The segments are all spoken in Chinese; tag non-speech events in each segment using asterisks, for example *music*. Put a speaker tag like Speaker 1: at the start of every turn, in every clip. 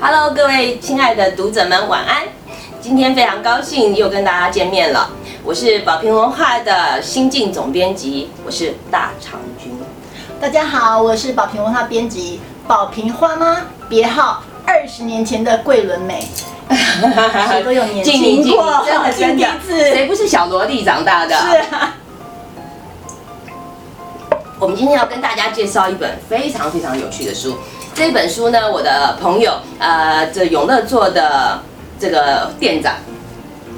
Speaker 1: Hello，各位亲爱的读者们，晚安。今天非常高兴又跟大家见面了，我是宝瓶文化的新晋总编辑，我是大长
Speaker 2: *laughs*
Speaker 1: 君。
Speaker 2: 大家好，我是宝瓶文化编辑宝瓶花妈，别号二十年前的桂纶镁，谁都有
Speaker 1: *laughs*
Speaker 2: 年
Speaker 1: 敬你
Speaker 2: 轻
Speaker 1: 敬你
Speaker 2: 过，
Speaker 1: 真的真
Speaker 2: 敬
Speaker 1: 的
Speaker 2: 你一次
Speaker 1: 谁不是小萝莉长大的？
Speaker 2: 是啊，
Speaker 1: 我们今天要跟大家介绍一本非常非常有趣的书。这本书呢，我的朋友呃，这永乐做的这个店长，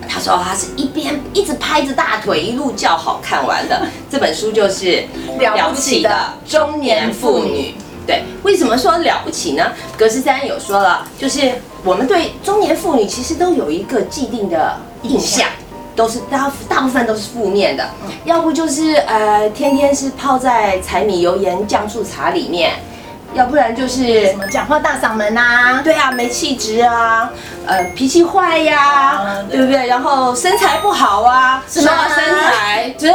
Speaker 1: 他说他是一边一直拍着大腿，一路叫好看完的。这本书就是《
Speaker 2: 嗯了不起的
Speaker 1: 中年妇女》。对，为什么说了不起呢？格十三有说了，就是我们对中年妇女其实都有一个既定的印象。都是大大部分都是负面的，要不就是呃天天是泡在柴米油盐酱醋茶里面，要不然就是
Speaker 2: 什么讲话大嗓门呐、啊，
Speaker 1: 对啊没气质啊，呃脾气坏呀、
Speaker 2: 啊对
Speaker 1: 对不对？然后身材不好啊，
Speaker 2: 是
Speaker 1: 说
Speaker 2: 吗
Speaker 1: 到身材，觉得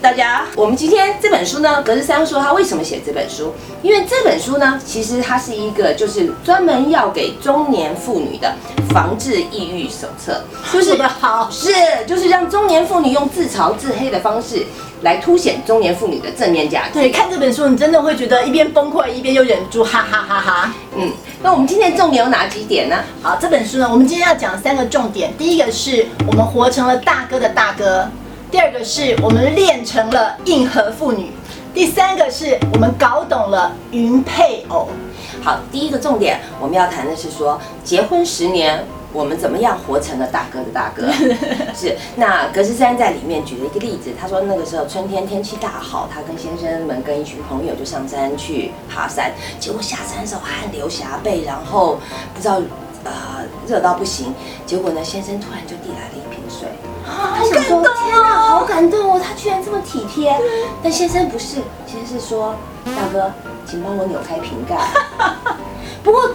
Speaker 1: 大家，我们今天这本书呢，格子三说他为什么写这本书，因为这本书呢，其实它是一个就是专门要给中年妇女的防治抑郁手册，就
Speaker 2: 说
Speaker 1: 是
Speaker 2: 的好，
Speaker 1: 是，就是让中年妇女用自嘲自黑的方式来凸显中年妇女的正面价值。
Speaker 2: 对，看这本书你真的会觉得一边崩溃一边又忍住，哈哈哈哈。
Speaker 1: 嗯，那我们今天重点有哪几点呢？
Speaker 2: 好，这本书呢，我们今天要讲三个重点。第一个是我们活成了大哥的大哥，第二个是我们练成了硬核妇女，第三个是我们搞懂了云配偶。
Speaker 1: 好，第一个重点我们要谈的是说，结婚十年，我们怎么样活成了大哥的大哥？是，那格十三在里面举了一个例子，他说那个时候春天天气大好，他跟先生们跟一群朋友就上山去爬山，结果下山的时候汗流浃背，然后不知道呃热到不行，结果呢先生突然就递来了一瓶水。
Speaker 2: 啊
Speaker 1: 他想说，天哪，好感动哦，他居然这么体贴。但先生不是，先生说，大哥，请帮我扭开瓶盖。 *laughs* 不过，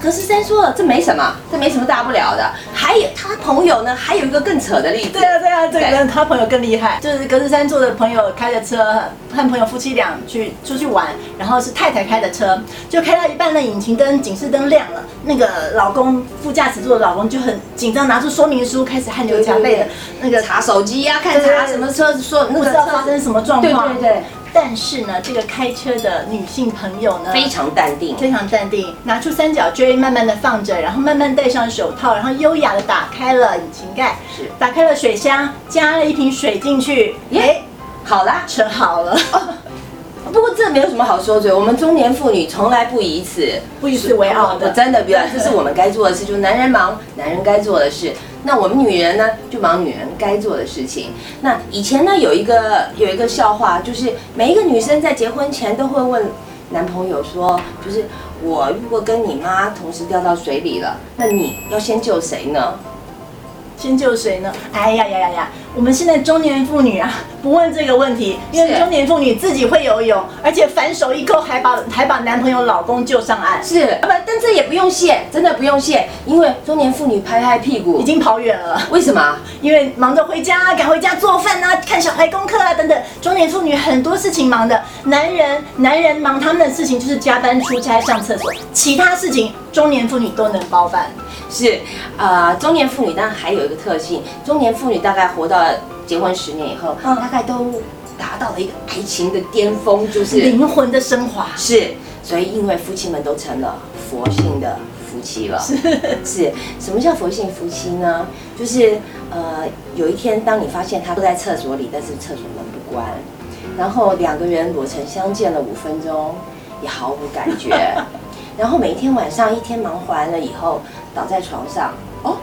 Speaker 1: 格十三说了，这没什么，这没什么大不了的。还有他朋友呢，还有一个更扯的例子
Speaker 2: 对。啊，对啊，这
Speaker 1: 对
Speaker 2: 个他朋友更厉害，就是格子山坐的朋友开着车，和朋友夫妻俩去出去玩，然后是太太开的车，就开到一半，那引擎灯、警示灯亮了，那个老公副驾驶座的老公就很紧张，拿出说明书，开始汗流浃背的那个
Speaker 1: 查手机呀、看查什么车子，说那
Speaker 2: 不
Speaker 1: 个
Speaker 2: 知道发
Speaker 1: 车
Speaker 2: 生什么状
Speaker 1: 对
Speaker 2: 况。
Speaker 1: 对对，
Speaker 2: 但是呢，这个开车的女性朋友呢，
Speaker 1: 呃非常淡定。
Speaker 2: 非常淡定，拿出三角锥，慢慢的放着，然后慢慢戴上手套，然后优雅的打开了引擎盖，
Speaker 1: 是
Speaker 2: 打开了水箱，加了一瓶水进去，
Speaker 1: 耶哦
Speaker 2: 耶，
Speaker 1: 好啦，
Speaker 2: 盛好了，
Speaker 1: 不过这没有什么好说嘴，我们中年妇女从来不以此
Speaker 2: *laughs* 不以此为傲
Speaker 1: 我
Speaker 2: 的。
Speaker 1: 真的不要，这是我们该做的事，就是男人忙男人该做的事，那我们女人呢就忙女人该做的事情。那以前呢有一个有一个笑话，就是每一个女生在结婚前都会问男朋友说，就是我如果跟你妈同时掉到水里了，那你要先救谁呢？
Speaker 2: 先救谁呢？哎呀呀呀呀！我们现在中年妇女啊，不问这个问题，因为
Speaker 1: 是
Speaker 2: 中年妇女自己会游泳，而且反手一扣还把还把男朋友、老公救上岸，
Speaker 1: 是，啊不，但这也不用谢，真的不用谢，因为中年妇女拍拍屁股
Speaker 2: 已，经跑远了。
Speaker 1: 为什么？
Speaker 2: 因为忙着回家、赶回家做饭啊、看小孩功课啊等等，中年妇女很多事情忙的。男人，男人忙他们的事情就是加班、出差、上厕所，其他事情中年妇女都能包办。
Speaker 1: 是，呃，中年妇女当然还有一个特性，中年妇女大概活到结婚十年以后，
Speaker 2: 嗯
Speaker 1: 大概都达到了一个爱情的巅峰，就是
Speaker 2: 灵魂的升华，
Speaker 1: 是，所以因为夫妻们都成了佛性的夫妻了。 *laughs* 是什么叫佛性夫妻呢？就是呃，有一天当你发现他都在厕所里，但是厕所门不关，然后两个人裸成相见了五分钟，也毫无感
Speaker 2: *laughs*
Speaker 1: 觉。然后每天晚上一天忙完了以后，倒在床上，哦，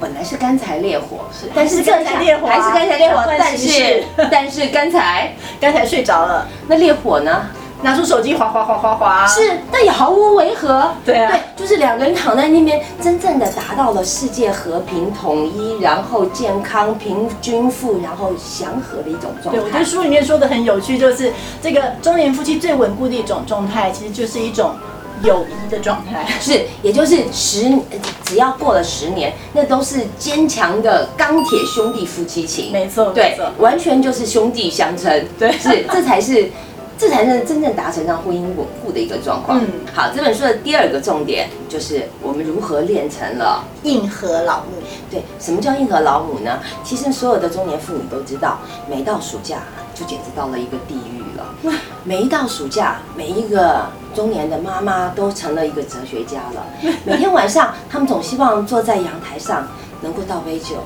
Speaker 1: 本来是干柴烈火，但是
Speaker 2: 还是干
Speaker 1: 这下
Speaker 2: 柴烈火啊
Speaker 1: 还是干柴烈火
Speaker 2: 转，换
Speaker 1: 但
Speaker 2: 形
Speaker 1: 是
Speaker 2: 式
Speaker 1: 但是干柴，
Speaker 2: 刚才睡着了，
Speaker 1: 那烈火呢？
Speaker 2: 拿出手机划划划划划，
Speaker 1: 是，但也毫无违和。
Speaker 2: 啊对啊
Speaker 1: 对，就是两个人躺在那边，真正的达到了世界和平统一，然后健康、平均富，然后祥和的一种状
Speaker 2: 对，我觉
Speaker 1: 态
Speaker 2: 得。书里面说的很有趣，就是这个中年夫妻最稳固的一种状态，其实就是一种友谊的状
Speaker 1: *laughs*
Speaker 2: 态。
Speaker 1: 是，也就是十，呃只要过了十年，那都是坚强的钢铁兄弟夫妻情。
Speaker 2: 没错，没
Speaker 1: 对
Speaker 2: 错，，
Speaker 1: 完全就是兄弟相称。
Speaker 2: 对
Speaker 1: 是，这才是这才是真正达成让婚姻稳固的一个状况。
Speaker 2: 嗯
Speaker 1: 好，这本书的第二个重点就是我们如何练成了。
Speaker 2: 硬核老母，
Speaker 1: 对，什么叫硬核老母呢？其实所有的中年妇女都知道，每到暑假就简直到了一个地狱了。每一到暑假，每一个中年的妈妈都成了一个哲学家了。每天晚上，她们总希望坐在阳台上，能够倒杯酒，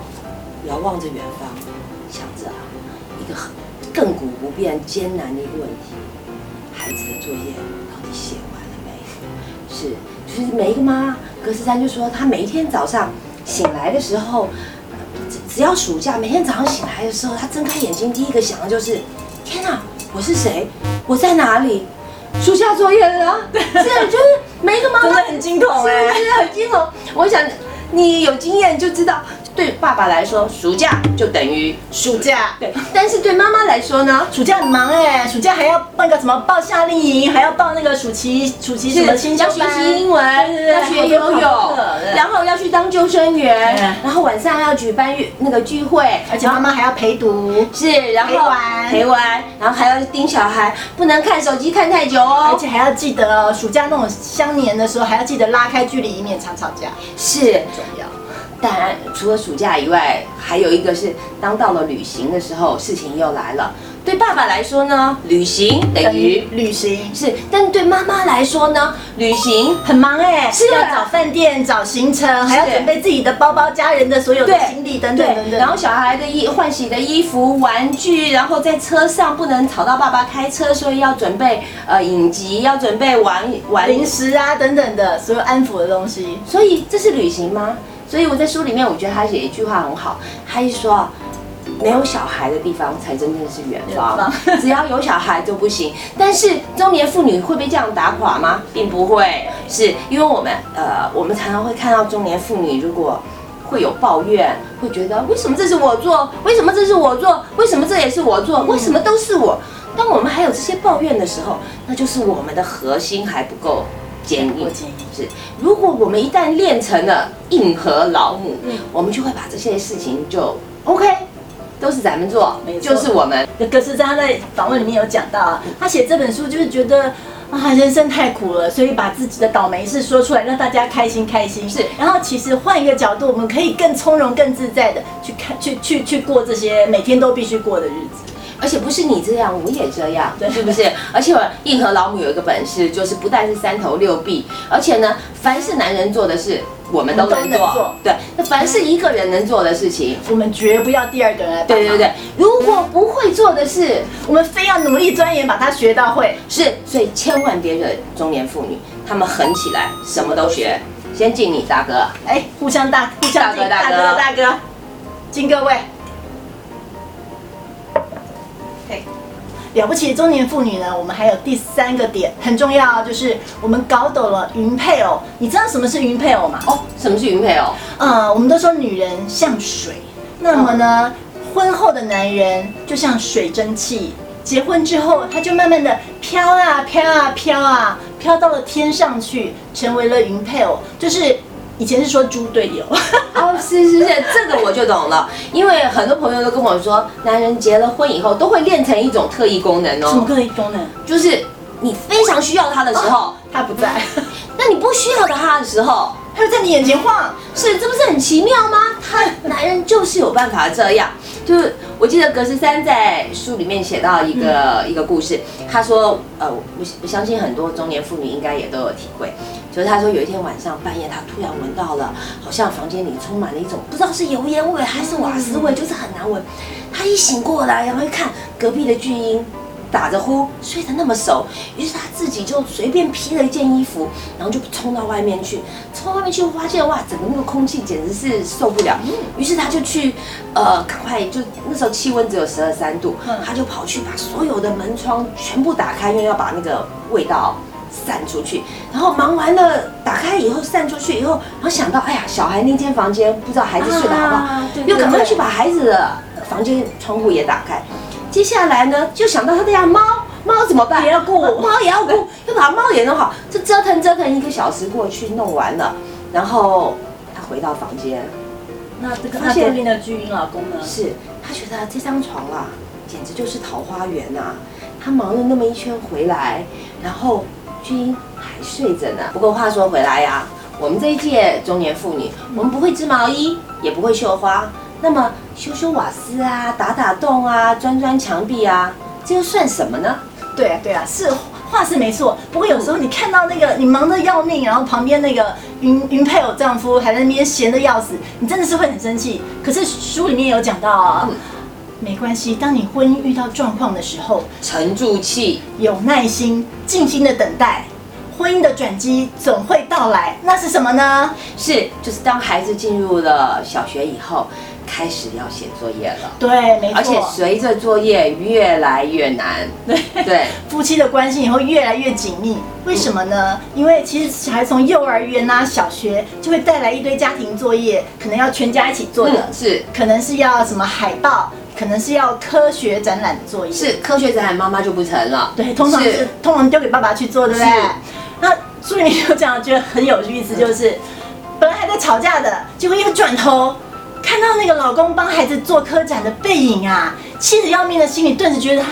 Speaker 1: 遥望着远方，想着一个很亘古不变、艰难的一个问题：孩子的作业到底写完了没？是，就是每一个妈，格斯丹就说，她每一天早上醒来的时候，只只要暑假，每天早上醒来的时候，她睁开眼睛第一个想的就是：天哪，我是谁？我在哪
Speaker 2: *laughs*
Speaker 1: 里？暑假作业了啊！是，就是每一个妈
Speaker 2: 真
Speaker 1: 妈
Speaker 2: 的很惊恐哎、
Speaker 1: 是不是很惊恐？我想你有经验就知道，对爸爸来说，暑假就等于暑
Speaker 2: 暑假
Speaker 1: 对，但是对妈妈来说呢？
Speaker 2: 暑假很忙哎、暑假还要那个什么报夏令营，还要报那个暑期暑期什么新
Speaker 1: 要
Speaker 2: 教
Speaker 1: 学
Speaker 2: 班
Speaker 1: 习英文，要学游泳，然后要去当救生员
Speaker 2: 对，
Speaker 1: 然后晚上要举办乐那个聚会，
Speaker 2: 嗯而且妈妈还要陪读，
Speaker 1: 是，然后
Speaker 2: 陪玩
Speaker 1: 陪玩，然后还要盯小孩，不能看手机看太久
Speaker 2: 而
Speaker 1: 哦。
Speaker 2: 且还要记得哦，暑假那种相连的时候还要记得拉开距离，以免常吵架，
Speaker 1: 是，
Speaker 2: 重要。
Speaker 1: 当然，除了暑假以外，还有一个是，当到了旅行的时候，事情又来了。对爸爸来说呢，旅行等于
Speaker 2: 旅行
Speaker 1: 是，但对妈妈来说呢，旅行
Speaker 2: 很忙哎、
Speaker 1: 是啊
Speaker 2: 要找饭店、找行程，还要
Speaker 1: 是
Speaker 2: 准备自己的包包、家人的所有的
Speaker 1: 对
Speaker 2: 行李等等等
Speaker 1: 对，
Speaker 2: 等。
Speaker 1: 然后小孩的衣换洗的衣服、玩具，然后在车上不能吵到爸爸开车，所以要准备呃影集，要准备玩玩
Speaker 2: 零食啊等等的所有安抚的东西，
Speaker 1: 所以这是旅行吗？所以我在书里面，我觉得他写一句话很好，他是说啊，没有小孩的地方才真正是远方， *laughs* 只要有小孩就不行。但是中年妇女会被这样打垮吗？并不会，是因为我们呃，我们常常会看到中年妇女如果。会有抱怨，会觉得为什么这是我做，为什么这是我做，为什么这也是我做，为什么都是我？当我们还有这些抱怨的时候，那就是我们的核心还不够坚硬
Speaker 2: 我。建议
Speaker 1: 是，如果我们一旦练成了硬核老母，
Speaker 2: 嗯
Speaker 1: 我们就会把这些事情就 OK，都是咱们做
Speaker 2: 没，错
Speaker 1: 就是我们
Speaker 2: 格斯扎在访问里面有讲到啊，他写这本书就是觉得啊，人生太苦了，所以把自己的倒霉事说出来，让大家开心开心。
Speaker 1: 是
Speaker 2: 然后其实换一个角度，我们可以更从容、更自在的去看、去去去过这些每天都必须过的日子。
Speaker 1: 而且不是你这样，我也这样，
Speaker 2: 对
Speaker 1: 是不是？而且我硬核老母有一个本事，就是不但是三头六臂，而且呢，凡是男人做的事，我们都
Speaker 2: 我们
Speaker 1: 能
Speaker 2: 都
Speaker 1: 做。
Speaker 2: 能做嗯
Speaker 1: 对，那凡是一个人能做的事情，
Speaker 2: 我们绝不要第二个人来帮
Speaker 1: 对
Speaker 2: 忙
Speaker 1: 对，对，如果不会做的事，
Speaker 2: 我们非要努力钻研，把它学到会。
Speaker 1: 是，所以千万别惹中年妇女，她们狠起来什么都学。先敬你大哥。
Speaker 2: 哎，互相大互相
Speaker 1: 大哥
Speaker 2: 敬
Speaker 1: 大哥
Speaker 2: 大哥，敬各位。嘿了不起的中年妇女呢，我们还有第三个点很重要，就是我们搞懂了云配偶。你知道什么是云配偶吗？
Speaker 1: 哦，什么是云配偶？
Speaker 2: 呃，我们都说女人像水，那么呢，婚后的男人就像水蒸气，结婚之后他就慢慢的飘啊飘啊飘啊，飘到了天上去，成为了云配偶。就是以前是说猪队友。
Speaker 1: 哦，是是是，这个我就懂了，因为很多朋友都跟我说，男人结了婚以后都会练成一种特异功能
Speaker 2: 什么
Speaker 1: 哦，
Speaker 2: 特异功能？
Speaker 1: 就是你非常需要他的时候，
Speaker 2: 哦他不在，
Speaker 1: 那你不需要他的时候，
Speaker 2: *laughs* 他就在你眼前晃。
Speaker 1: 是这不是很奇妙吗？他男人就是有办法这样，就是我记得格十三在书里面写到一个、一个故事，他说，呃，我我相信很多中年妇女应该也都有体会，就是他说有一天晚上半夜，他突然闻到了，好像房间里充满了一种不知道是油烟味还是瓦斯味，就是很难闻。他一醒过来，然后一看隔壁的巨婴打着呼睡得那么熟，于是他自己就随便披了一件衣服，然后就冲到外面去。冲到外面去，发现哇，整个那个空气简直是受不
Speaker 2: 嗯
Speaker 1: 了。于是他就去，呃，赶快就那时候气温只有十二三度
Speaker 2: 嗯，
Speaker 1: 他就跑去把所有的门窗全部打开，因为要把那个味道。散出去，然后忙完了，打开以后散出去以后，然后想到，哎呀，小孩那间房间不知道孩子睡得好不好，
Speaker 2: 啊对对
Speaker 1: 又赶快
Speaker 2: 对
Speaker 1: 去把孩子的房间窗户也打开。接下来呢，就想到他的家猫，猫怎么办？
Speaker 2: 也要顾
Speaker 1: 猫也要顾，
Speaker 2: *laughs*
Speaker 1: 又把猫也弄好。这折腾折腾一个小时过去，弄完了，然后他回到房间，
Speaker 2: 那这个
Speaker 1: 发现
Speaker 2: 边的巨婴老公呢
Speaker 1: 是他觉得这张床啊简直就是桃花源呐、他忙了那么一圈回来，然后巨婴还睡着呢。不过话说回来呀、我们这一届中年妇女，我们不会织毛衣，也不会绣花，那么修修瓦斯啊，打打洞啊，钻钻墙壁啊，这又算什么呢？
Speaker 2: 对啊，对啊，是话是没错。不过有时候你看到那个你忙得要命，然后旁边那个云云配偶丈夫还在那边闲得要死，你真的是会很生气。可是书里面有讲到啊
Speaker 1: 嗯，
Speaker 2: 没关系，当你婚姻遇到状况的时候，
Speaker 1: 沉住气，
Speaker 2: 有耐心、静心的等待，婚姻的转机总会到来。那是什么呢？
Speaker 1: 是，就是当孩子进入了小学以后，开始要写作业了，
Speaker 2: 对，没
Speaker 1: 而且
Speaker 2: 错，
Speaker 1: 随着作业越来越
Speaker 2: *laughs*
Speaker 1: 难。对，
Speaker 2: 夫妻的关系也会越来越紧密。为什么呢？因为其实小孩从幼儿园啊、小学就会带来一堆家庭作业，可能要全家一起做的，
Speaker 1: 嗯是
Speaker 2: 可能是要什么海报，可能是要科学展览的作业，
Speaker 1: 是科学展览妈妈就不成了，
Speaker 2: 对，通常是通常丢给爸爸去做，对不对
Speaker 1: 是？
Speaker 2: 那书里面有讲，觉得很有意思，就是本来还在吵架的，结果一个转头看到那个老公帮孩子做科展的背影啊，气得要命的心里顿时觉得他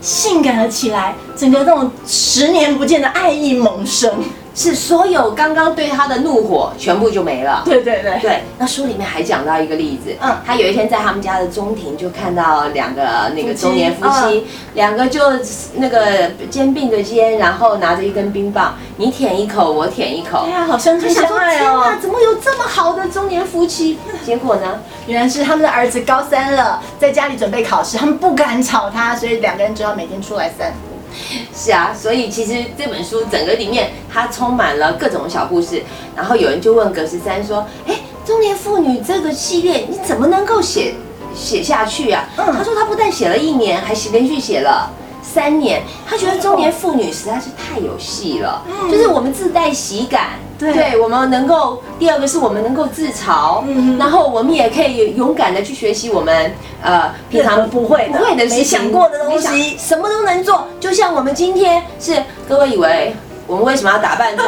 Speaker 2: 性感了起来，整个那种十年不见的爱意萌生。
Speaker 1: 是所有刚刚对他的怒火全部就没了。
Speaker 2: 对对对，
Speaker 1: 对，那书里面还讲到一个例子，
Speaker 2: 嗯
Speaker 1: 嗯，他有一天在他们家的中庭就看到两个那个
Speaker 2: 夫妻
Speaker 1: 中年夫妻，嗯两个就那个肩并着肩，然后拿着一根冰棒，你舔一口，啊我舔一口
Speaker 2: 哎。呀，好相
Speaker 1: 就
Speaker 2: 亲
Speaker 1: 想
Speaker 2: 相
Speaker 1: 说，
Speaker 2: 爱
Speaker 1: 天
Speaker 2: 哦
Speaker 1: 哪，！怎么有这么好的中年夫妻？结果呢，
Speaker 2: 原来是他们的儿子高三了，在家里准备考试，他们不敢吵他，所以两个人只好每天出来散步。
Speaker 1: 是啊，所以其实这本书整个里面它充满了各种小故事。然后有人就问葛十三说：“哎，中年妇女这个系列你怎么能够写写下去啊？”
Speaker 2: 嗯
Speaker 1: 他说他不但写了一年，还写连续写了。三年，他觉得中年妇女实在是太有戏了，就是我们自带喜感，
Speaker 2: 嗯对
Speaker 1: 我们能够第二个是我们能够自嘲，
Speaker 2: 嗯
Speaker 1: 然后我们也可以勇敢的去学习我们呃平
Speaker 2: 任
Speaker 1: 常
Speaker 2: 何不会的
Speaker 1: 不会的事情
Speaker 2: 没想过的东西
Speaker 1: 没想什么都能做。就像我们今天是，各位以为我们为什么要打扮 *laughs* 成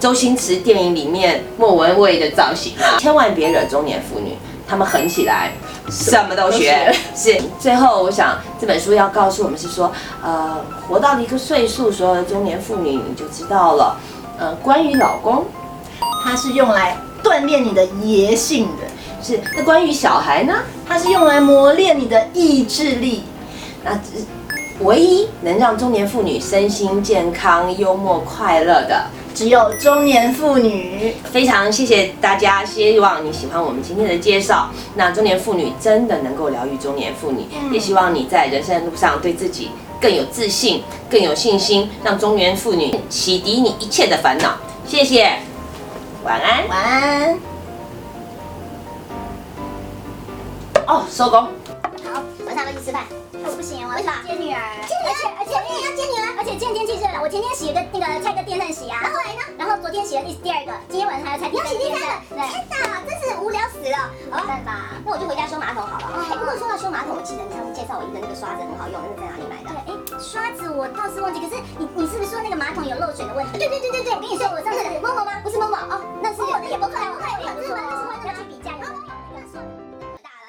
Speaker 1: 周星驰电影里面莫文蔚的造型啊？千万别惹中年妇女，她们狠起来。什么都学是。最后，我想这本书要告诉我们是说，呃，活到了一个岁数，所有的中年妇女你就知道了。呃，关于老公
Speaker 2: 它是用来锻炼你的野性的，
Speaker 1: 是，那关于小孩呢？
Speaker 2: 它是用来磨练你的意志力。
Speaker 1: 那只唯一能让中年妇女身心健康、幽默快乐的，
Speaker 2: 只有中年妇女，
Speaker 1: 非常谢谢大家，希望你喜欢我们今天的介绍。那中年妇女真的能够疗愈中年妇女，也希望你在人生的路上对自己更有自信、更有信心，让中年妇女洗涤你一切的烦恼。谢谢，晚安。
Speaker 2: 晚安。
Speaker 1: 哦，收工。
Speaker 3: 好，我带回去吃饭。我不行，我要去接女儿。接女儿，而且而且要接女儿，而且今天天气热了，我前天洗了个那个拆个电扇洗啊。然后后来呢？然后昨天洗了第第二个，今天晚上还要拆第三个。你要洗第三个？天哪，真是无聊死了。没办法，那我就回家修马桶好了。哎，不过说到修马桶，我记得你上次介绍我一个那个刷子很好用，那个在哪里买的？对，哎，刷子我倒是忘记，可是你你是不是说那个马桶有漏水的问